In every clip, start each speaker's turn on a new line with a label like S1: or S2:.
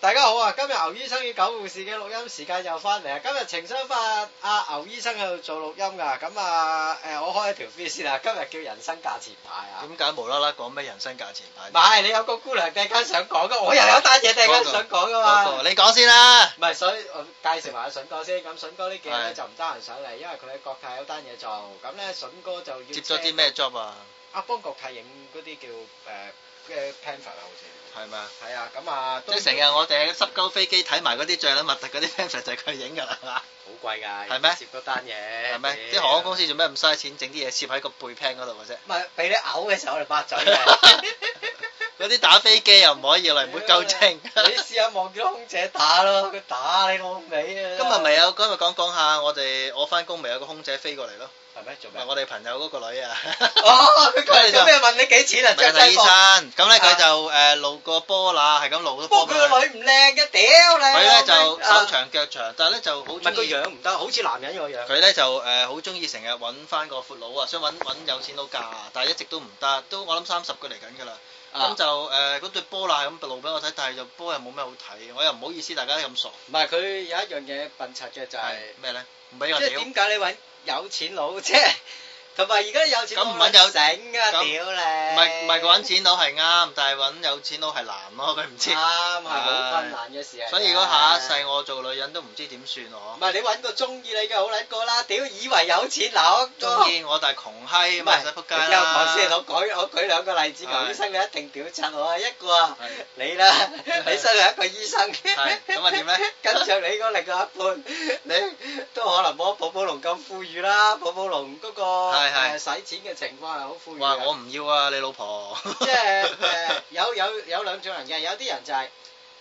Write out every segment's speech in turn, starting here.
S1: 大家好啊！今日牛醫生與狗護士嘅錄音時間又翻嚟啊！今日情商法阿牛醫生喺度做錄音噶，咁啊誒，我開一條片先啊！今日叫人生價錢牌啊！
S2: 點解無啦啦講咩人生價錢牌
S1: 唔？係你有個姑娘突然間想講噶，我又有單嘢突然間想講噶嘛。
S2: 嗰個你講先啦。
S1: 唔係，所以我介紹埋阿筍哥先。咁筍哥呢幾日咧
S2: 係
S1: 就唔得閒上嚟，因為佢喺國泰有單嘢做。咁咧筍哥就要
S2: 接咗啲咩 job 啊？
S1: 啊，幫國泰影嗰啲叫誒嘅 Panfer 啊，好
S2: 係咪啊？
S1: 似係啊，咁啊
S2: 即
S1: 都
S2: 係成日我哋喺濕鳩飛機睇埋嗰啲最撚密突嗰啲 fans 就係佢影㗎 啦，
S1: 好貴㗎，
S2: 係咩
S1: 接嗰單嘢
S2: 係咪？
S1: 屌
S2: 啲航空公司做咩咁嘥錢整啲嘢攝喺個背 pan 嗰 度嘅啫？
S1: 唔係俾你嘔嘅時候，我哋抹嘴 嘅。
S2: 嗰啲打飛機又唔可以嚟，唔會夠精。
S1: 你試下望見到空姐打咯，佢打你老味啊！
S2: 今日咪有，今日講講下我哋我翻工咪有個空姐飛過嚟咯，
S1: 係咩做
S2: 咪
S1: 咩？
S2: 我哋朋友嗰個女啊，
S1: 哦，佢佢做咩問你幾錢啊？
S2: 咪
S1: 着
S2: 睇
S1: 西
S2: 醫
S1: 服。
S2: 生，咁咧佢就誒路過波乸，係咁路
S1: 不
S2: 咗
S1: 過
S2: 波
S1: 佢個
S2: 乸。
S1: 女唔靚嘅，屌你！
S2: 佢咧就手
S1: 啊
S2: 長腳長，但係咧就好
S1: 唔係
S2: 中
S1: 個
S2: 意。
S1: 樣唔得，好似男人個樣。
S2: 佢咧就誒好中意成日揾翻個闊佬啊，想揾揾有錢佬嫁，但係一直都唔得，都我諗三十佢嚟緊㗎啦。咁
S1: 啊
S2: 就誒嗰對波乸咁露俾我睇，但係就波又冇咩好睇，我又唔好意思大家咁傻。
S1: 唔係佢有一樣嘢笨柒嘅就係，
S2: 咩咧？唔俾我
S1: 即係
S2: 屌。
S1: 點解你揾有錢佬 啫？同埋而家有錢佬
S2: 咁唔揾有
S1: 整啊！屌
S2: 咁
S1: 你！
S2: 唔
S1: 唔
S2: 係唔係揾錢佬係啱，但係揾有錢佬係難咯，佢唔知
S1: 啱，。係好困難嘅事啊！
S2: 所以如果下一世我做女人都唔知點算
S1: 唔
S2: 我。
S1: 係你揾個中意你嘅好撚過啦，屌以為有錢佬
S2: 中意我但係窮閪
S1: 唔
S2: 啊嘛，
S1: 係
S2: 使撲街
S1: 你聽我講先，
S2: 啦。
S1: 我舉我舉兩個例子，牛
S2: 係
S1: 醫生你一定屌柒我啊！一個啊
S2: 係
S1: 你啦，你身為一個醫生，
S2: 係咁啊點咧？
S1: 跟著你嗰另外一半，你都可能冇寶寶龍咁富裕啦，寶寶龍嗰個
S2: 係
S1: 誒
S2: 係
S1: 使錢嘅情況係好富裕
S2: 話
S1: 嘅。
S2: 我唔要啊，你老婆。
S1: 即係誒有有有兩種人嘅，有啲人就係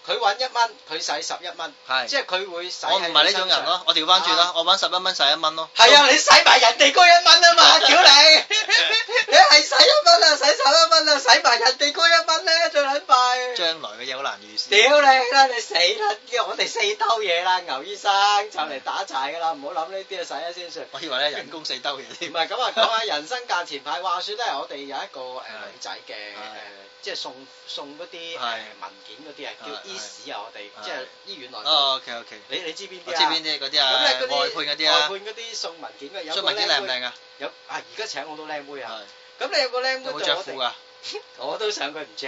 S1: 佢揾一蚊，佢使十一蚊，
S2: 係。
S1: 即係佢會使。
S2: 我唔係呢種人。咯，我調翻轉啦，我揾十一蚊使一蚊咯。
S1: 係啊，你使埋人哋嗰一蚊啊嘛，屌你！你係使一蚊啊，使十一蚊啊，使埋人哋嗰一蚊咧，最撚
S2: 都，
S1: 快！
S2: 將來嘅嘢好難預示。
S1: 屌你啦，你死啦！我哋四兜嘢啦，牛醫生就嚟打柴噶啦，唔好諗呢啲啊，使咗先算。
S2: 我以為咧人工四兜嘢
S1: 唔
S2: 添。
S1: 係咁啊，講下人生價錢牌。話説咧，我哋有一個誒
S2: 係
S1: 女仔嘅誒
S2: 係，
S1: 即係送送嗰啲誒
S2: 係
S1: 文件嗰啲啊，叫
S2: 係
S1: E 史啊，我哋
S2: 係
S1: 即係醫院內部。
S2: 哦，OK Ờ, OK，
S1: 你你知邊
S2: 我
S1: 啲
S2: 知
S1: 啊
S2: 邊？啲嗰啲啊，
S1: 咁咧嗰啲
S2: 外判嗰啲
S1: 外
S2: 啊，
S1: 判嗰啲送文件嘅有
S2: 張
S1: 個
S2: 文
S1: 靚
S2: 啲
S1: 妹
S2: 靚唔靚啊？
S1: 有啊！而家請我都靚妹啊！
S2: 係
S1: 咁你有個靚妹
S2: 有冇
S1: 對
S2: 着
S1: 我
S2: 褲
S1: 哋，
S2: 㗎？
S1: 我都想佢唔着。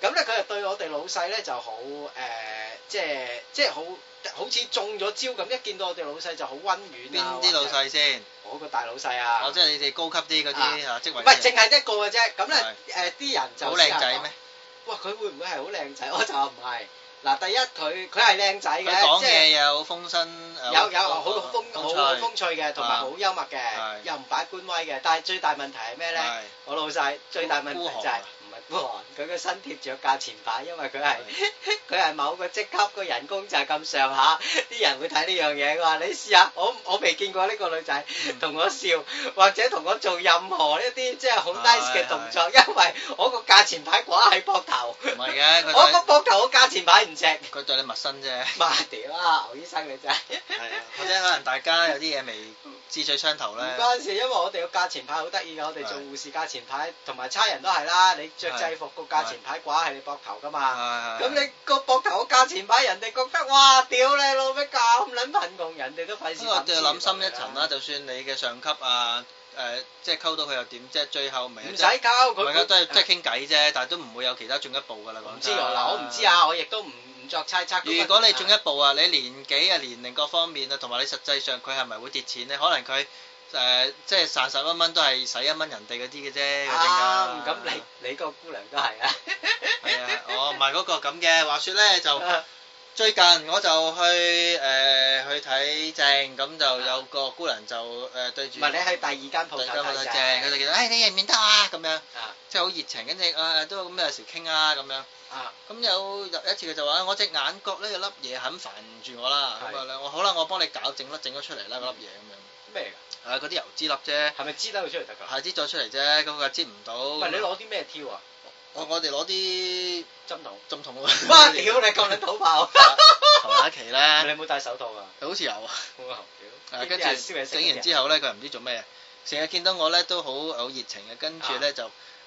S1: 咁咧佢就對我哋老細咧就好誒，即係即係好好似中咗招咁，一見到我哋老細就好温軟
S2: 邊
S1: 啊
S2: 啲老？
S1: 或者
S2: 細先？
S1: 我個大老細
S2: 哦，
S1: 啊！
S2: 即係你哋高級啲嗰啲嚇職
S1: 唔
S2: 位。
S1: 係淨係一個嘅啫。咁咧誒啲人就
S2: 好
S1: 成
S2: 靚
S1: 日
S2: 仔
S1: 話
S2: 咩？
S1: 哇！佢會唔會係好靚仔？我就話唔係。嗱，第一佢佢係靚仔
S2: 佢
S1: 嘅，
S2: 講
S1: 即係。
S2: 嘢又風生誒
S1: 有有好風好好
S2: 趣
S1: 風趣嘅，同埋好幽默嘅，
S2: 係
S1: 又唔擺官威嘅。但係最大問題係咩咧？
S2: 係
S1: 我老細最大問題就
S2: 孤
S1: 係
S2: 寒
S1: 唔係孤寒，佢個身貼住個價錢牌，因為佢係佢係某個職級，個人工就係咁上下，啲人會睇呢樣嘢。佢話你試下，我我未見過呢個女仔同我笑，或者同我做任何一啲即係好 nice 嘅動作，因為我個價錢牌掛喺膊頭，
S2: 唔係嘅，
S1: 我
S2: 佢
S1: 個膊頭個價錢牌唔值。
S2: 對佢對你陌生啫。
S1: 媽屌啊，牛醫生你真係〜
S2: 係啊，或者可能大家有啲嘢未志趣相投
S1: 唔
S2: 咧。
S1: 關事，因為我哋個價錢牌好得意㗎，我哋做護士價錢牌同埋差人都係啦。你着制服個價錢牌掛喺你膊頭㗎嘛。
S2: 啊係
S1: 咁你個膊頭個價錢牌，人哋覺得哇，屌你老味咁撚貧窮，人哋都費事
S2: 不過我
S1: 抌
S2: 哋
S1: 錢
S2: 諗深一層
S1: 啊
S2: 啦，。就算你嘅上級啊，誒，即係溝到佢又點啫？最後咪
S1: 唔使交
S2: 唔係
S1: 佢
S2: 㗎，都係即係傾偈啫，但係都唔會有其他進一步㗎啦。
S1: 我
S2: 講
S1: 唔知
S2: 真
S1: 我嗱，我唔知。啊，我亦都唔唔作猜測。
S2: 如果你進一步啊，你年紀啊、年齡各方面啊，同埋你實際上佢係咪會跌錢咧？可能佢誒即係賺十一蚊都係使一蚊人哋嗰啲嘅
S1: À,
S2: 啫，佢
S1: 啱，咁
S2: 陣間
S1: 你你個姑娘都係啊。
S2: 係啊，我唔係嗰個咁嘅。話説咧就。
S1: Ờ,
S2: 最近我就去誒、呃去睇症，咁就有個姑娘就誒、呃、對
S1: 唔
S2: 住
S1: 係你去第二間鋪頭
S2: 對張我
S1: 睇
S2: 睇
S1: 啫
S2: 症，佢就見到誒你認唔認得啊咁樣
S1: 啊，
S2: 即係好熱情，跟住誒都咁有時傾啊咁樣。
S1: 啊
S2: 咁有有一次佢就話我隻眼角呢有粒嘢肯煩住我啦，咁啊我好啦，我幫你搞整粒整咗出嚟啦，嗰粒嘢
S1: 咩
S2: 咁樣，誒嗰啲油脂粒啫
S1: 㗎？，係咪知得佢出嚟得㗎？
S2: 係擠咗出嚟啫，咁佢又擠唔到。
S1: 唔係你攞啲咩挑啊？
S2: 我我哋攞啲
S1: 針筒。
S2: 針筒
S1: 哇！屌你咁撚土炮，
S2: 頭下一期
S1: 你
S2: 咧，
S1: 有冇戴手套啊？
S2: 好似有啊。
S1: 好啊！
S2: 啊，
S1: 屌，
S2: 跟住
S1: 呢啲係燒嘢食
S2: 整
S1: 嘅
S2: 完之後咧，佢唔知做咩，成日見到我咧都好好熱情嘅，跟住咧就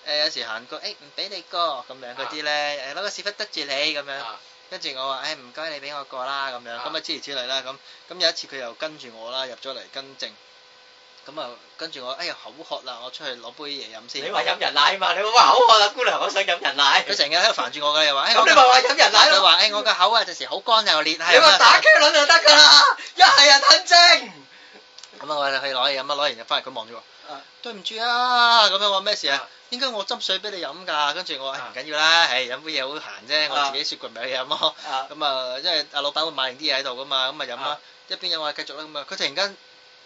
S2: 誒有時行過，誒唔俾你過咁樣嗰啲咧，誒攞個屎忽得住你咁樣，
S1: 啊
S2: 跟住我話誒唔該你俾我過啦咁樣，咁啊諸如此類啦咁，咁有一次佢又跟住我啦，入咗嚟跟正，咁啊跟住我哎呀口渴啦，我出去攞杯嘢飲先。
S1: 你話飲人奶嘛？你話口渴啦，姑娘，我想飲人奶。
S2: 佢成日喺度煩住我㗎，又話誒
S1: 咁
S2: 我
S1: 你咪話飲人奶
S2: 佢
S1: 咯。
S2: 話誒我個口啊有時好乾又裂係
S1: 你
S2: 咁
S1: 話
S2: 啊
S1: 打機輪就得㗎啦，一係啊吞精。
S2: 咁啊我哋去攞嘢飲啊攞完就翻嚟佢望住我
S1: 啊。
S2: 對唔住啊！咁樣我咩事啊
S1: 啊？
S2: 應該我斟水俾你飲㗎，跟住我話
S1: 啊
S2: 誒唔緊要啦，誒飲杯嘢好閒啫，
S1: 啊
S2: 我自己雪櫃咪有嘢飲咯。
S1: 啊
S2: 咁啊，因為阿老闆會買定啲嘢喺度噶嘛，咁咪飲啦
S1: 啊。
S2: 一邊飲我繼續啦，咁啊，佢突然間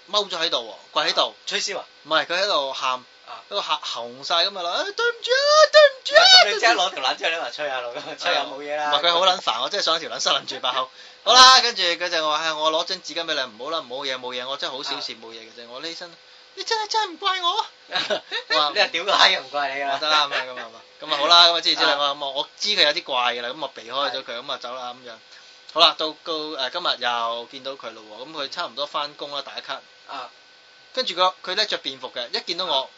S2: 踎咗喺度喎，跪
S1: ờ,
S2: 喺度，
S1: 吹簫啊！
S2: 唔係佢喺度喊
S1: 啊，
S2: 喺度喊紅晒咁啊啦，哎對唔住啊，對唔住啊，
S1: 咁你即刻
S2: 對唔住
S1: 攞條撚出嚟話吹下路
S2: Ờ,
S1: 咁，吹下冇嘢啦。
S2: 唔係佢好 撚煩，我真係想條撚塞撚住把口。好啦，跟住佢就話：，唉，我攞張紙巾俾你，唔好啦，冇嘢冇嘢，我真係好小事冇嘢嘅啫，我呢身，你真係真係唔怪我。
S1: 你話屌個閪唔怪你㗎
S2: 我
S1: 啦。
S2: 得啦咁樣咁啊，咁啊好啦，咁啊知知啦，
S1: 啊
S2: 咁啊我知佢有啲怪嘅啦，咁我避開咗佢，咁啊走啦咁樣。好啦，到到誒今日又見到佢咯喎，咁佢差唔多翻工啦，打卡。
S1: 啊
S2: 跟住佢佢咧着便服嘅，一見到我，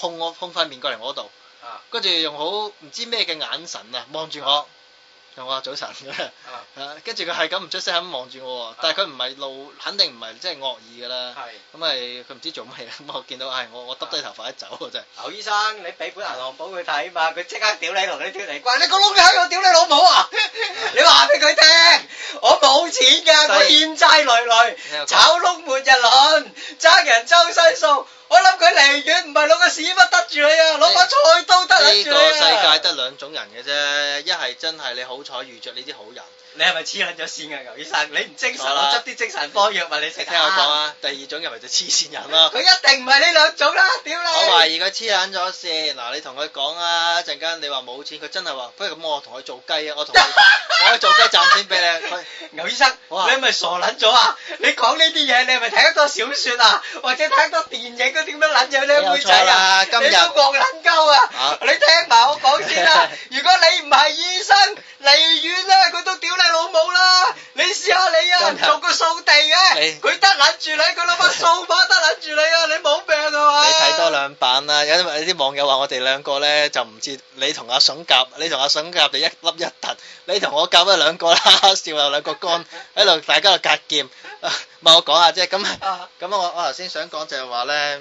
S2: 控我控塊面過嚟我度
S1: 啊，
S2: 跟住用好唔知咩嘅眼神啊望住我，同我話早晨 咁
S1: 啊
S2: 樣，跟住佢係咁唔出聲咁望住我喎，但係佢唔係路，肯定唔係即係惡意㗎啦。
S1: 係。
S2: 咁咪佢唔知做咩，咁我見到係我我耷低頭髮一走啊真係。
S1: 牛醫生，你俾本銀行簿佢睇嘛，佢即刻屌你同你脱離關，你個窿嘅喺度屌你老母啊！你話俾佢聽，我冇錢㗎，我欠債累累，
S2: 你又講
S1: 炒窿末日輪，爭人周身數，我諗佢離遠唔係攞個屎忽得住你啊，攞把菜刀得
S2: 呢
S1: 住
S2: 個
S1: 你
S2: 世界
S1: 啊！
S2: 得兩種人嘅啫，一係真係你好彩遇着呢啲好人，
S1: 你係咪黐撚咗線啊，牛醫生？你唔精神，
S2: 好啦
S1: 我執啲精神科藥物你食下
S2: 你聽我講，啊。第二種人咪就黐線人 咯。
S1: 佢一定唔係呢兩種啦，屌
S2: 我
S1: 你！
S2: 懷疑佢黐撚咗線，嗱你同佢講啊，一陣間你話冇錢，佢真係話，不如咁我同佢做雞啊，我同 佢我去做雞賺錢俾你。佢
S1: 牛醫生，你
S2: 哇
S1: 係咪傻撚咗啊？你講呢啲嘢，你係咪睇得多小説啊，或者睇得多電影嗰啲咁樣撚樣
S2: 你
S1: 咧
S2: 又
S1: 妹仔啊？
S2: 錯啦今日
S1: 你都戇撚鳩啊
S2: 啊！
S1: 你聽埋我講先 啦。如果你唔係醫生，離遠啦，佢都屌你老母啦！你試下你啊，
S2: 真係哎
S1: 做個掃地嘅，
S2: 你
S1: 佢得撚住你，佢攞把掃把得撚住你啊！你冇病啊嘛？
S2: 你睇多兩版啦，因為有啲網友話我哋兩個咧就唔似你同阿筍夾，你同阿筍夾就一粒一突，你同我夾咗兩個啦，笑有兩個肝喺度，大家喺度隔劍。 唔係我講下啫，咁啊
S1: 啊
S2: 咁我我頭先想講就係話咧，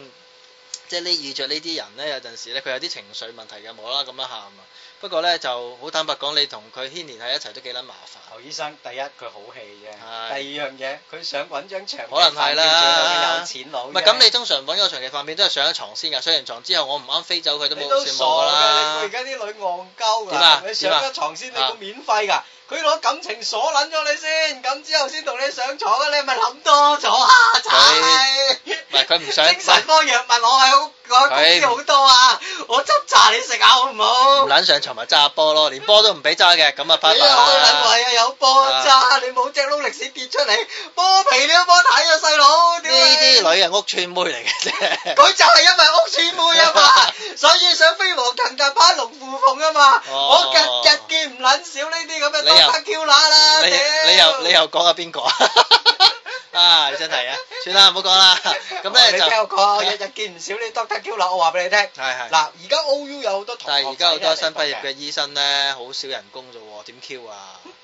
S2: 即係呢遇着呢啲人咧，有陣時咧佢有啲情緒問題嘅，無啦啦咁樣喊啊。不過咧就好坦白講，你同佢牽連喺一齊都幾撚麻煩。
S1: 牛醫生，第一佢好戲啫，
S2: 係
S1: 第二樣嘢佢想揾張長期
S2: 可能係啦
S1: 飯票做到佢有錢佬啫。
S2: 唔係咁，你通常揾個長期飯店都係上咗床先㗎，上完床之後我唔啱飛走佢都
S1: 你
S2: 冇
S1: 都
S2: 事
S1: 傻嘅，你
S2: 冇㗎
S1: 佢
S2: 啦
S1: 而。家啲女戇鳩
S2: 點啊
S1: 㗎，你上咗床先，你
S2: 點啊
S1: 個免費㗎，佢攞感情鎖撚咗你先，咁之後先同你上床啊！你係咪諗多咗啊？仔，
S2: 唔係佢唔想。
S1: 精神科藥物我喺屋我喺公司好多啊，我執茶你食下啊好唔好
S2: 唔？撚上床咪揸下波咯，連波都唔俾揸嘅，咁啊拜
S1: 你
S2: 拜
S1: 又好撚
S2: 啦！
S1: 位啊，有波渣，你冇隻窿歷史跌出嚟，波皮你都冇得睇啊，細佬！
S2: 呢
S1: 屌你
S2: 啲女係屋村妹嚟嘅啫，
S1: 佢就係因為屋村妹啊嘛， 所以想飛黃騰達攀龍附鳳啊嘛。
S2: 哦
S1: 我日日見唔撚少呢啲咁嘅
S2: 你又
S1: 多卡 Q 乸啦，
S2: 你
S1: 屌
S2: 你又你又講下邊 個啊？啊，真係啊！算啦，唔好講啦。咁
S1: 你
S2: 咧就
S1: 聽我講，我日日見唔少呢啲 Doctor Q 乸，我話俾你聽。
S2: 係係。
S1: 嗱，而家 O U 有好多同
S2: 但
S1: 學
S2: 係而
S1: 仔
S2: 家好多
S1: 係
S2: 新畢業
S1: 嚟讀嘅，
S2: 嘅醫生咧，好少人工啫喎，點 Q 啊？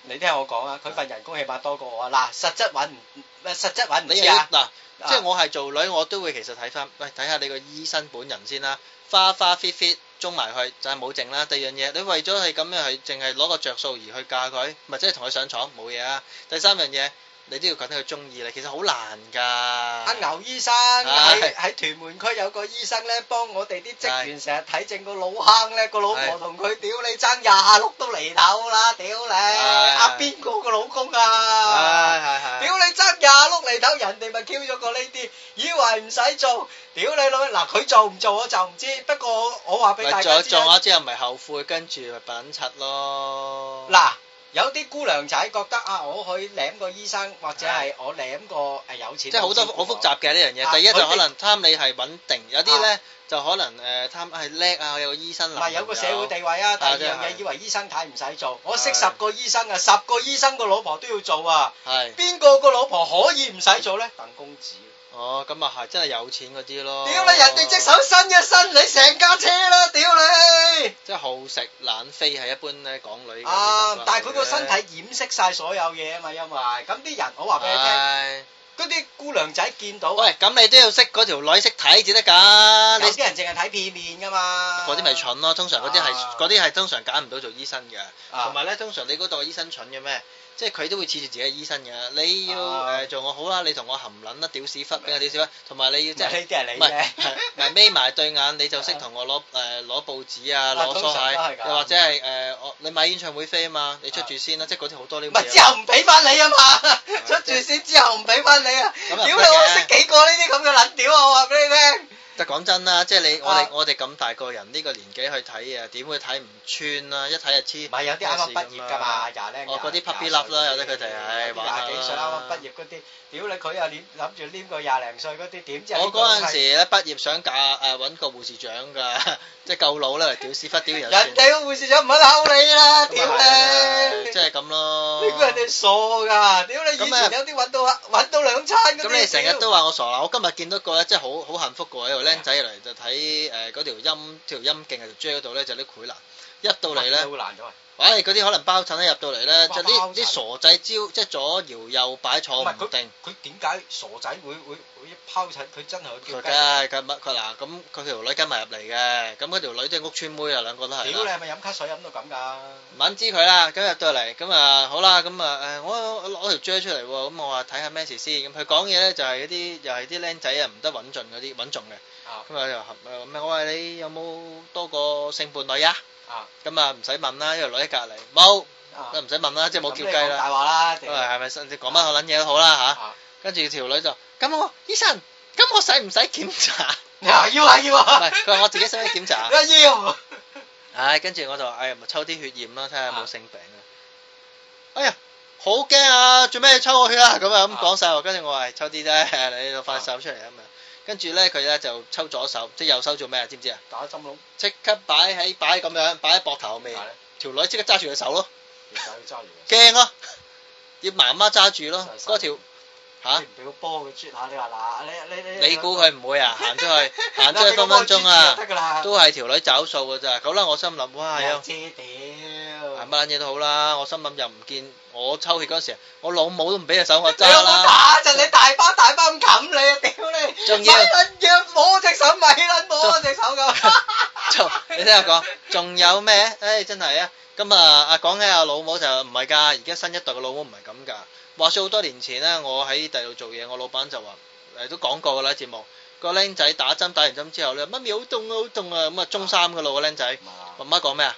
S1: 你聽我講啊，佢份人工起碼多過我啊。嗱，實質揾唔咩實質揾唔
S2: 你
S1: 知
S2: 又要
S1: 啊。
S2: 嗱，
S1: 啊
S2: 即係我係做女，我都會其實睇翻，喂，睇下你個醫生本人先啦，花花 fit fit 中埋去就係冇剩啦。第二樣嘢，你為咗係咁樣係淨係攞個着數而去嫁佢，咪即係同佢上床冇嘢啊。第三樣嘢，你都要覺得佢中意你，其實好難㗎。
S1: 阿牛醫生喺
S2: 唉
S1: 喺屯門區有個醫生咧，幫我哋啲職員成日睇症個老坑咧，個老婆
S2: 係
S1: 同佢屌你爭廿六都離頭啦，屌你！阿邊個個老公啊？
S2: 唉，係係。
S1: 屌你爭廿碌嚟頭，人哋咪 Q 咗個呢啲，以為唔使做，屌你老味！嗱，佢做唔做我就唔知，不過我我話俾大
S2: 咪
S1: 家
S2: 撞
S1: 知啊
S2: 撞咗之後咪後悔，跟住咪品柒咯。
S1: 嗱，有啲姑娘仔覺得啊，我去舐個醫生或者係我舐個誒有錢，
S2: 即係好多好複。雜嘅呢樣
S1: 啊
S2: 嘢。第一
S1: 佢
S2: 就
S1: 哋
S2: 可能貪你係穩定，有啲咧就可能誒貪係叻啊，有個醫生
S1: 唔
S2: 能
S1: 係
S2: 力
S1: 有個社會地位啊，第二樣嘢以為醫生睇唔使做，我識十個醫生啊，十個醫生個老婆都要做啊，
S2: 係
S1: 邊個個老婆可以唔使做咧？鄧公子，哦
S2: 哦，咁啊係，真係有錢嗰啲咯。
S1: 屌你，人哋隻手伸一伸，你成架車啦，屌你！
S2: 即係好食懶飛係一般咧港女嘅
S1: 啊
S2: 習慣，
S1: 但係佢個身
S2: 嚟嘅
S1: 體掩飾晒所有嘢啊嘛，因為咁啲人，我話俾你
S2: 唉
S1: 聽，嗰啲姑娘仔見到，
S2: 喂，咁你都要識嗰條女識睇至得㗎，
S1: 有
S2: 你
S1: 啲人淨係睇片面噶嘛。
S2: 嗰啲咪蠢咯，通常嗰啲係
S1: 啊
S2: 嗰啲係通常揀唔到做醫生嘅，
S1: 啊
S2: 同埋咧通常你嗰度嘅醫生蠢嘅咩？即係佢都會恃住自己係醫生嘅，你要
S1: 啊
S2: 誒做我好啦，你同我含撚啦，屌屎忽俾我屌屎忽，同埋你要即
S1: 即係
S2: 係
S1: 呢啲係
S2: 唔
S1: 你
S2: 係
S1: 啫。
S2: 係唔係眯 埋對眼你就識同 我攞誒攞報紙啊，
S1: 啊通
S2: 攞
S1: 常都係
S2: 梳
S1: 㗎
S2: 蟹，又或者係誒我你買演唱會飛啊嘛，你出住先啦，即係嗰啲好多呢
S1: 唔
S2: 啲
S1: 係
S2: 嘢
S1: 之後唔俾翻你啊嘛，出
S2: 即
S1: 住
S2: 係
S1: 先之後唔俾翻你啊！
S2: 咁又
S1: 屌
S2: 唔
S1: 你，
S2: 得
S1: 我
S2: 嘅
S1: 識幾個呢啲咁嘅撚屌啊！我話俾你聽，
S2: 但講真啦，即係你我
S1: 啊
S2: 哋我哋咁大個人呢個年紀去睇嘢，點會睇唔穿啦？一睇就知。
S1: 唔係有啲啱啱畢業㗎嘛，廿零
S2: 哦嗰啲 puppy
S1: 粒
S2: love 啦有得佢哋唉玩下啦
S1: 廿幾歲啱啱畢業嗰啲，屌你佢又諗諗住黏個廿零歲嗰啲，點知
S2: 我嗰陣時咧畢業想嫁誒揾個護士長 㗎，即係夠老啦，屌屎忽屌人
S1: 人
S2: 算。
S1: 哋個護士長唔肯溝你啦，
S2: 咁
S1: 屌
S2: 啊係
S1: 你！
S2: 即係咁咯。
S1: 你估人哋傻㗎？屌你以
S2: 咁啊
S1: 前有啲揾到揾到兩餐嗰啲，
S2: 咁你成日都話我傻啦！我今日見到個咧，真係好好幸福嘅喎，有個僆仔嚟就睇誒嗰條陰條陰莖啊條 J 嗰度咧就啲潰爛，一到嚟咧
S1: 好，難咗啊。
S2: 唉嗰啲可能包疹咧入到嚟咧，
S1: 哇
S2: 就呢
S1: 包
S2: 啲
S1: 疹
S2: 傻仔招即係左搖右擺坐
S1: 唔係
S2: 唔定。
S1: 佢點解傻仔會會會一拋親？佢真係會叫
S2: 佢梗
S1: 雞。
S2: 係佢乜佢嗱咁佢條女跟埋入嚟嘅，咁嗰條女都係屋村妹啊，兩個都係
S1: 屌你
S2: 啦。
S1: 係咪飲卡水飲到咁㗎？
S2: 敏知佢啦，咁入到嚟，咁啊好啦，咁啊誒我我攞條 J 出嚟喎，咁我話睇下咩事先，咁佢講嘢咧就係嗰啲又係啲僆仔啊唔得穩盡嗰啲穩重嘅。
S1: 啊
S2: 咁啊又合誒咩？我話你有冇多個性伴侶啊？
S1: 啊
S2: 咁啊唔使問啦，因為女喺隔離冇，
S1: 啊！
S2: 咁唔使問啦，即係冇叫雞啦。
S1: 大話啦，
S2: 咁啊係咪先？你講乜撚嘢都好啦吓，跟住條女就咁我話醫生，咁我使唔使檢查？
S1: 啊要啊要
S2: 唔
S1: 啊，
S2: 係佢話我自己使唔使檢查？啊
S1: 要
S2: 唉，跟住我就話哎呀，咪抽啲血驗啦，睇下有冇性病啊！哎呀，好驚啊！做咩要抽我血啊？咁啊咁講晒喎，跟住我話抽啲啫，你就快手出嚟啊嘛！跟住咧佢咧就抽左手，即係右手做咩啊？知唔知啊？
S1: 打針窿，
S2: 即刻擺喺擺咁樣，擺喺膊頭後面
S1: 點解，咧？
S2: 條女即刻揸住佢手咯，
S1: 點解要揸住
S2: 驚咯，要媽媽揸住咯
S1: 真係，犀利
S2: 嗰條
S1: 嘅？
S2: 嚇
S1: 你唔俾個波佢啜下，你話嗱，你你你
S2: 你 估佢唔會啊？行出去，行出去分分鐘啊，
S1: 得㗎啦，
S2: 都係條女找數㗎咋。咁啦，我心諗哇，
S1: 係
S2: 有
S1: 啊，遮
S2: 啊
S1: 屌，
S2: 乜撚嘢都好啦，我心諗又唔見我抽血嗰時，我老母都唔俾隻手我揸
S1: 你有冇
S2: 啦，
S1: 打陣？你大包大包咁冚你啊！屌你，
S2: 仲要
S1: 咪撚嘢摸隻手，咪撚摸我隻手咁，
S2: 就你聽我講，仲有咩？唉，真係啊！咁啊啊講起阿老母就唔係㗎，而家新一代嘅老母唔係咁㗎。話說好多年前咧，我喺第度做嘢，我老闆就話誒都講過㗎啦，節目個僆仔打針打完針之後咧，媽咪好痛啊，好痛啊！咁啊中三㗎咯個僆仔，媽媽講咩啊？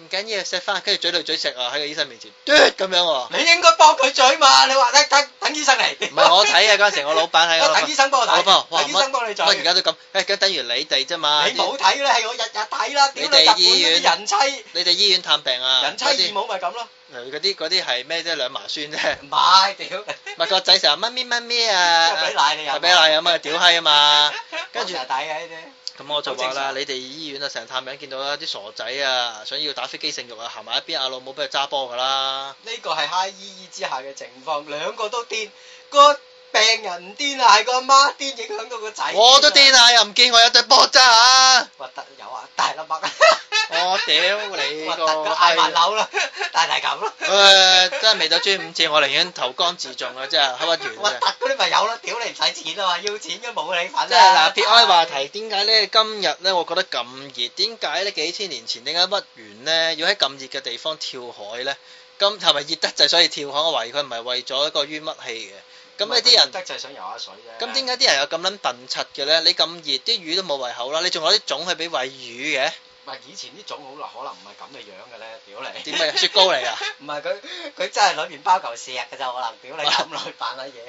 S2: 唔緊要，錫翻，跟住嘴對嘴錫啊，喺個醫生面前嘟咁樣喎。
S1: 你應該幫佢嘴嘛？你話等等等醫生嚟，
S2: 唔係 我睇啊，嗰陣時我老闆喺我
S1: 我
S2: 老闆
S1: 等醫生幫我
S2: 我幫
S1: 睇，
S2: 哇
S1: 等醫生幫你
S2: 乜而
S1: 嘴。
S2: 家都咁，誒咁等於你哋啫嘛。
S1: 你冇睇啦，係我日日睇啦，屌
S2: 你哋
S1: 你日本
S2: 醫
S1: 嗰
S2: 院
S1: 啲人妻
S2: 你哋醫院探病啊？
S1: 人妻
S2: 嗰
S1: 義
S2: 啲
S1: 母咪咁咯，
S2: 誒嗰啲嗰啲係咩啫？兩麻 酸啫。
S1: 唔係屌，
S2: 咪個仔成日乜咪乜咪
S1: 真係俾
S2: 啊，
S1: 奶你
S2: 就
S1: 飲，
S2: 俾奶咁啊，屌閪啊 嘛！跟
S1: 跟
S2: 住
S1: 住睇嘅呢
S2: 咁我就話
S1: 好正
S2: 啦，
S1: 常
S2: 你哋醫院啊，成日探病見到啦，啲傻仔啊，想要打飛機性慾啊，行埋一邊，阿老母俾佢揸波㗎啦。
S1: 啲，呢個係 high 姨姨之下嘅情況，兩個都癲，個病人唔癲啊，係個阿媽癲影響到個仔，
S2: 我都癲，啊，又唔見我有對波 揸啊！
S1: 核突有啊，大粒麥，
S2: 我屌你
S1: 核
S2: 個
S1: 突個嗌埋
S2: 閪！
S1: 樓 啦，大大嚿啦，
S2: 誒，真係未到專五次，我寧願投江自盡啊！真係黑屈完
S1: 核
S2: 真係。
S1: 突嗰啲咪有咯，屌你唔使錢啊嘛，要錢嘅冇你份
S2: 即係嗱，
S1: 啦，
S2: 撇開話題，點解咧今日咧，我覺得咁熱，點解咧幾千年前點解屈原咧要喺咁熱嘅地方跳海咧？咁係咪熱得滯所以跳海？我懷疑佢唔係為咗一個冤屈氣嘅。咁呢 啲人，
S1: 得就係想游下水啫，
S2: 咁點解啲人有咁撚笨柒嘅咧？你咁熱，啲魚都冇胃口啦，你仲攞啲粽去俾餵魚嘅？
S1: 唔係以前啲種好啦，可能唔係咁嘅樣嘅咧，屌你。
S2: 點解雪糕嚟啊？
S1: 唔係佢佢真係攞麵包嚿石嘅咋，可能屌你咁耐扮下嘢。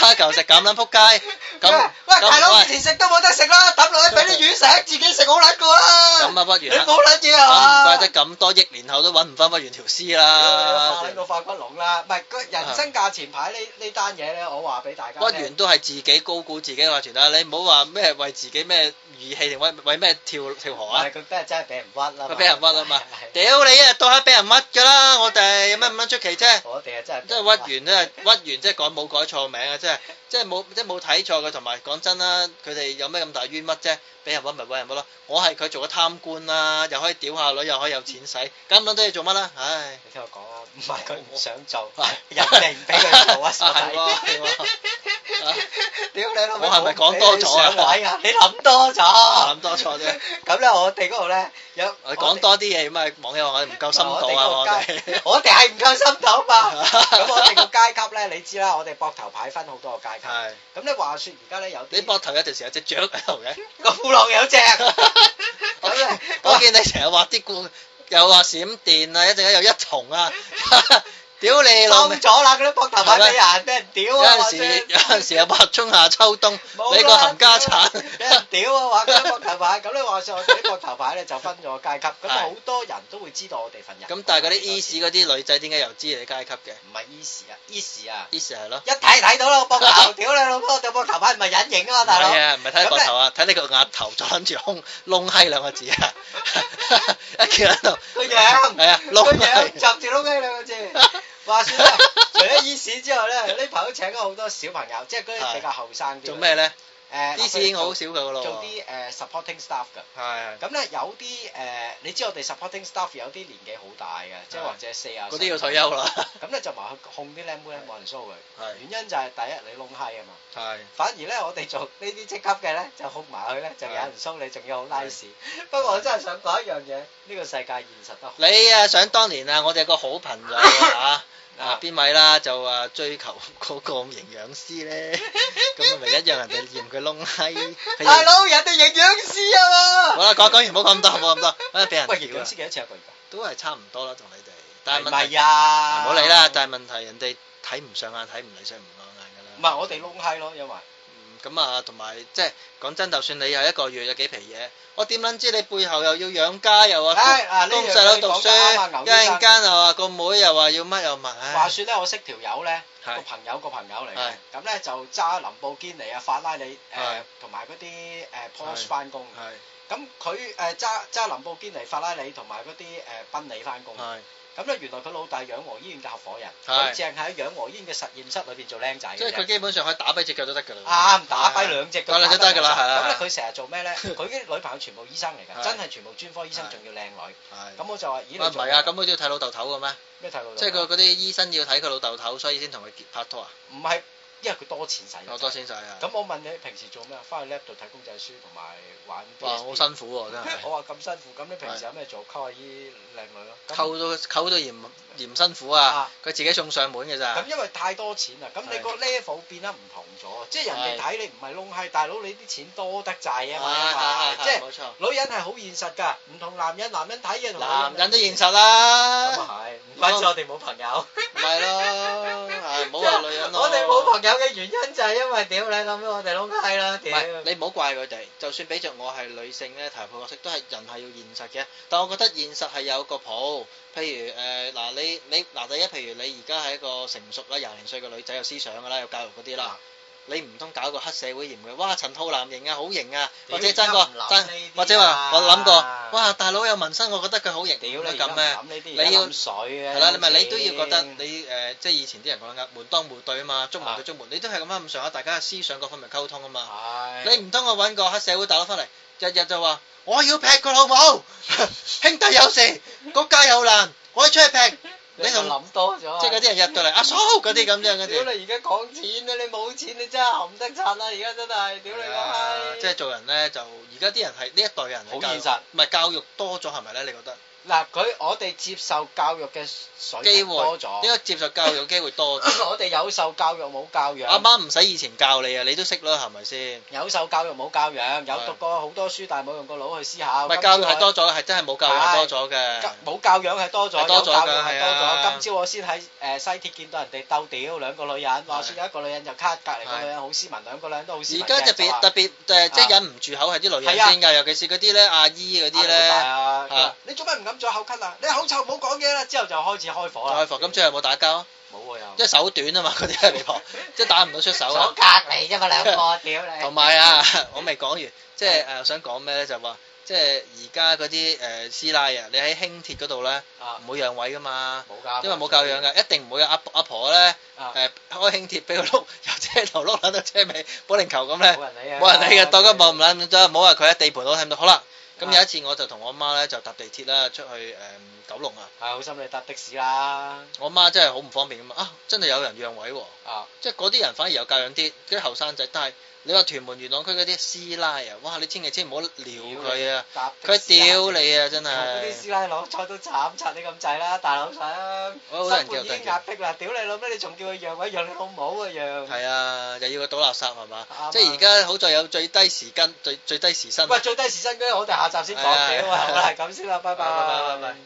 S2: 蝦球食咁撚仆街，
S1: Dạ.
S2: 咁
S1: 喂大佬，
S2: 咁
S1: 連食都冇得食啦，抌落去俾啲魚食，自己食好撚過啦。
S2: 咁啊屈
S1: 你
S2: 原啦，
S1: 冇撚嘢
S2: 咁唔
S1: 啊
S2: 怪
S1: 嘛
S2: 得？咁多億年後都揾唔翻屈原條屍
S1: 屌你啊
S2: 啦
S1: 化。撚個化骨龍啦，唔係佢人生價錢牌呢呢單嘢咧，我話俾大家
S2: 屈
S1: 聽。
S2: 原都係自己高估自己嘅話全啦，你唔好話咩為自己咩義氣定為為咩跳跳河
S1: 唔
S2: 啊
S1: 係！佢今日真係俾人屈啦，
S2: 佢俾人屈啦 嘛
S1: 係係
S2: 屌你一日到黑俾人屈㗎啦，我哋有咩唔撚出奇啫？
S1: 我哋啊真係
S2: 即係屈原真係屈原，即係改冇改錯名啊！即係即係冇即係冇睇錯佢，同埋講真啦，佢哋有咩咁大冤屈啫？俾人屈咪俾人屈咯！我係佢做咗貪官啦，又可以屌下女，又可以有錢使，咁撚多嘢做乜啦？唉，
S1: 你聽我講啊，唔係佢唔想做
S2: 係，
S1: 人哋唔俾佢 做啊，傻
S2: 係
S1: 仔！
S2: 喎係喎 啊
S1: 屌你老母！
S2: 我係咪講多咗啊
S1: 我唔俾你上位啊？你諗多咗。
S2: 諗多錯啫！
S1: 咁咧，我哋嗰度咧有
S2: 我講多啲嘢咁啊！網友話我哋唔夠深
S1: Ờ,
S2: 度啊！我
S1: 我哋
S2: 哋
S1: 我哋係唔夠深度嘛。 咁我哋個階級咧，你知啦，我哋膊頭牌分好多個階級。
S2: 係
S1: 咁你話説而家咧有
S2: 你
S1: 啲
S2: 膊頭有條時有隻雀 喺度嘅，
S1: 個褲浪有隻，咁 咧
S2: 我見你成日畫啲故，又話閃電啊，一陣間又一重 啊，屌你老
S1: 收
S2: 味！
S1: 咗啦，嗰啲膊頭牌俾人俾人屌
S2: 有
S1: 啊！話
S2: 陣時
S1: 聲
S2: 有陣時又話春夏秋冬，
S1: 冇啦
S2: 你個冚家產
S1: 俾 人屌啊！話嗰啲膊頭牌，咁你話説我哋啲膊頭牌咧就分咗個階級，咁
S2: 係
S1: 好多人都會知道我哋份人。
S2: 咁但係嗰啲 E 市嗰啲女仔點解又知你階級嘅
S1: 唔係 easy 啊，easy 啊！
S2: ？E 市係咯，
S1: 一睇睇到啦，我膊 頭，屌你老母，我對膊頭牌唔係隱形啊嘛，
S2: 唔
S1: 大佬
S2: 係。啊，唔係睇你膊頭啊，睇你個額頭再諗住空窿閪兩個字 啊，一叫喺度，
S1: 個樣
S2: 係啊，
S1: 個
S2: 窿
S1: 樣
S2: 閪，
S1: 集住窿雞兩個字。話説啦，除咗 e 士之外咧，呢排都請咗好多小朋友，即係嗰啲比較後生啲。
S2: 做咩？咧
S1: 誒
S2: ？E 市已經好少佢噶咯
S1: 做
S2: 喎，
S1: 啲誒 à, supporting staff 㗎。
S2: 係係
S1: 咁咧有啲誒，你知我哋 supporting staff 有啲年紀好大嘅，即係或者四啊。
S2: 嗰啲要退。休啦，
S1: 咁咧就埋去控啲靚妹咧，冇人 show 佢。
S2: 係
S1: 原因就係第一你窿閪啊嘛，
S2: 係
S1: 反而咧我哋做呢啲職級嘅咧就控埋佢咧，就有人 show 你，仲要好 nice。不過我真係想講一樣嘢，呢個世界現實得好。
S2: 你啊，想當年啊，我哋有個好朋友 啊嚇啊邊位啦，就話追求 嗰個營養師 咧，咁咪一樣人哋嫌佢窿閪，佢
S1: 大
S2: 嫌
S1: 佬，人哋營養師啊
S2: 好
S1: 嘛。
S2: 啦，講講完，唔好講咁多，唔好講咁多，啊俾人
S1: 喂，營
S2: 屌
S1: 養
S2: 啊
S1: 師，幾多錢一個月
S2: 都係差唔多啦，同你
S1: 㗎？
S2: 哋，但係
S1: 唔
S2: 問題
S1: 係啊，
S2: 唔好理啦，但係問題人哋睇唔上眼，睇唔理想唔落眼㗎啦。
S1: 唔係我哋窿閪咯，因為
S2: 嗯咁啊，同埋即係講真，就算你有一個月有幾皮嘢，我點撚知你背後又要養家，又話
S1: 唉嗱呢
S2: 供
S1: 樣
S2: 細佬
S1: 嘢
S2: 讀
S1: 講啊
S2: 書，
S1: 得啱啊牛醫
S2: 一陣間又話個妹又話要乜又乜，唉
S1: 話説咧，我識條友咧，
S2: 係
S1: 個朋友個朋友嚟嘅
S2: 係，
S1: 咁咧就揸林布堅尼啊、法拉利誒
S2: 係
S1: 同埋嗰啲誒
S2: 係
S1: Porsche 翻工，
S2: 係
S1: 咁佢誒揸揸林布堅尼、法拉利同埋嗰啲誒賓利翻工，
S2: 係，
S1: 咁咧原來佢老豆係養和醫院嘅合伙人，佢
S2: 係
S1: 淨係喺養和醫院嘅實驗室裏邊做僆仔
S2: 即
S1: 嘅
S2: 係佢
S1: 啫。
S2: 基本上可以打跛隻腳都得㗎啦。
S1: 啱打跛兩隻腳，
S2: 打兩隻都得㗎啦
S1: 咁
S2: 係啦係
S1: 咧
S2: 啦
S1: 佢成日做 咩咧？佢啲女朋友全部醫生嚟㗎，
S2: 係
S1: 真係全部專科醫生，
S2: 係
S1: 仲要靚女。
S2: 係
S1: 咁我就話：咦，你
S2: 喂唔
S1: 做
S2: 係啊？咁佢都要睇老豆頭嘅咩？
S1: 咩睇老豆？
S2: 即係佢嗰啲醫生要睇佢老豆頭，所以先同佢結拍拖啊？
S1: 唔係，因為佢多錢使。
S2: 我多先使啊！
S1: 咁我問你平時做咩？翻去 lab 度睇公仔書同埋玩 PSP。
S2: 哇，好辛苦喎，真係。
S1: 我話咁辛苦，咁你平時有咩做？溝下啲靚女咯。咁
S2: 扣到扣到嫌嫌辛苦啊
S1: 啊！
S2: 佢自己送上門嘅咋
S1: 咁，因為太多錢啦，咁你個 level 變得唔同咗，即係人哋睇你唔係窿閪，大佬你啲錢多得滯啊嘛，因為
S2: 冇錯。
S1: 即係女人係好現實㗎，唔同男人，男人睇嘢同
S2: 男人都現
S1: 實。
S2: 實
S1: 咁啊
S2: 啦，
S1: 係，唔怪之我哋冇朋友。
S2: 咪咯，唉唔好話女人咯。
S1: 我哋冇朋友嘅原因就係因為屌你諗咩，我哋窿閪啦，
S2: 唔
S1: 屌。
S2: 係你唔好怪佢哋，就算俾着我係女性咧，頭部角色都係人係要現實嘅。但我覺得現實係有個譜，譬如誒嗱、你你嗱第一，譬如你而家係一個成熟啦，廿零歲嘅女仔有思想㗎啦，有教育嗰啲啦
S1: 啊。
S2: 你唔通搞個黑社會嫌佢，哇陳浩南型啊，好型啊，
S1: 屌
S2: 或者爭個
S1: 而家唔諗
S2: 爭
S1: 呢啲啊，
S2: 或者話我諗過，哇大佬有紋身，我覺得佢好型，
S1: 屌
S2: 唔
S1: 你
S2: 得咁咩？
S1: 而家唔諗呢啲
S2: 你
S1: 而家
S2: 要
S1: 諗水嘅
S2: 係啦，你咪你都要
S1: 先
S2: 覺得你誒、呃即係以前啲人講緊門當戶對啊嘛，中門對中門，你都係咁啱咁上下，大家嘅思想各方面溝通啊嘛。
S1: 係
S2: 你唔通我揾個黑社會大佬翻嚟，日日就話我要劈佢老母， 兄弟有事，國家有難，我要出去劈。你
S1: 你
S2: 同
S1: 同諗多咗啊，
S2: 即係嗰啲人入到嚟，阿嫂嗰啲咁樣嗰
S1: 屌
S2: 啲。
S1: 你而家講錢啊！你冇錢你真係冚得柒啦！而家真係屌你
S2: 係
S1: 個
S2: 啊
S1: 閪！
S2: 即係做人咧，就而家啲人係呢一代人係
S1: 好
S2: 教
S1: 現
S2: 育
S1: 實
S2: 唔係教育多咗係咪咧？你覺得
S1: 嗱，佢我哋接受教育嘅水
S2: 機
S1: 平
S2: 會
S1: 多咗，
S2: 應該接受教育嘅機會 多咗。
S1: 我哋有受教育冇教
S2: 阿
S1: 養，
S2: 媽唔使以前教你啊，你都識啦，係咪先？
S1: 有受教育冇教養，有
S2: 係
S1: 讀過好多書但係冇用個腦去思考。
S2: 唔係教育係
S1: 今朝我
S2: 多咗，係真係冇教育係多咗嘅。
S1: 冇教養係多咗，
S2: 係多
S1: 有
S2: 咗㗎
S1: 教養係多
S2: 係啊
S1: 咗。今朝我先喺誒西鐵見到人哋鬥屌兩個女人，話説有一個女人就卡隔離個女人好斯文，兩個女人都好斯文
S2: 而
S1: 嘅。
S2: 家特別特別誒，即係忍唔住口係啲女人先㗎，尤其是嗰啲咧阿姨嗰啲咧，
S1: 啊
S2: 啊
S1: 你做咩唔敢再口咳啊？你口臭唔好講嘢啦，之後就開始開火啦。
S2: 開房咁最後有冇打交啊？
S1: 冇喎又。
S2: 即係手短啊嘛，嗰啲係 你婆，即係打唔到出手啊。
S1: 左隔離啫嘛，兩 個屌你。
S2: 同埋啊， 我未講完，即係誒、呃想講咩咧？就話即係而家嗰啲誒師奶啊，你喺輕鐵嗰度咧
S1: 啊，
S2: 唔會讓位噶嘛，
S1: 冇教，
S2: 因為冇教養㗎，一定唔會有阿阿婆咧
S1: 啊
S2: 誒、開輕鐵俾佢碌 由車頭碌撚到車尾保齡球咁咧
S1: 冇，人理啊，
S2: 冇人理嘅，當間望唔撚咗，唔好話佢喺地盤度睇唔到。好啦，
S1: 啊
S2: 咁有一次我就同我媽咧就搭地鐵啦，出去誒、九龍啊，
S1: 係好心你搭的士啦，
S2: 我媽真係好唔方便咁啊，真係有人讓位喎、
S1: 啊
S2: 即係嗰啲人反而有教養啲，啲後生仔。但係你話屯門元朗區嗰啲師奶啊，哇！你千祈千唔好撩佢啊，
S1: 搭的
S2: 佢
S1: 士啊
S2: 屌你啊，真
S1: 嗰啲
S2: 係。
S1: 師奶佬坐到慘柒你咁滯啦，大佬想，
S2: 我好多
S1: 生
S2: 人
S1: 活
S2: 叫
S1: 已
S2: 得
S1: 經
S2: 嘅
S1: 壓。迫啦，屌你老咩？你仲叫佢讓位，讓你老母啊讓。
S2: 係啊，又要佢倒垃圾係嘛
S1: 啱啊？
S2: 即係而家好在有最低時間、最最低時薪。啊
S1: 喂，最低時薪嗰啲我哋下集先講，
S2: 係啊
S1: 屌啊，好啦，係咁先啦，拜拜，
S2: 拜拜拜拜。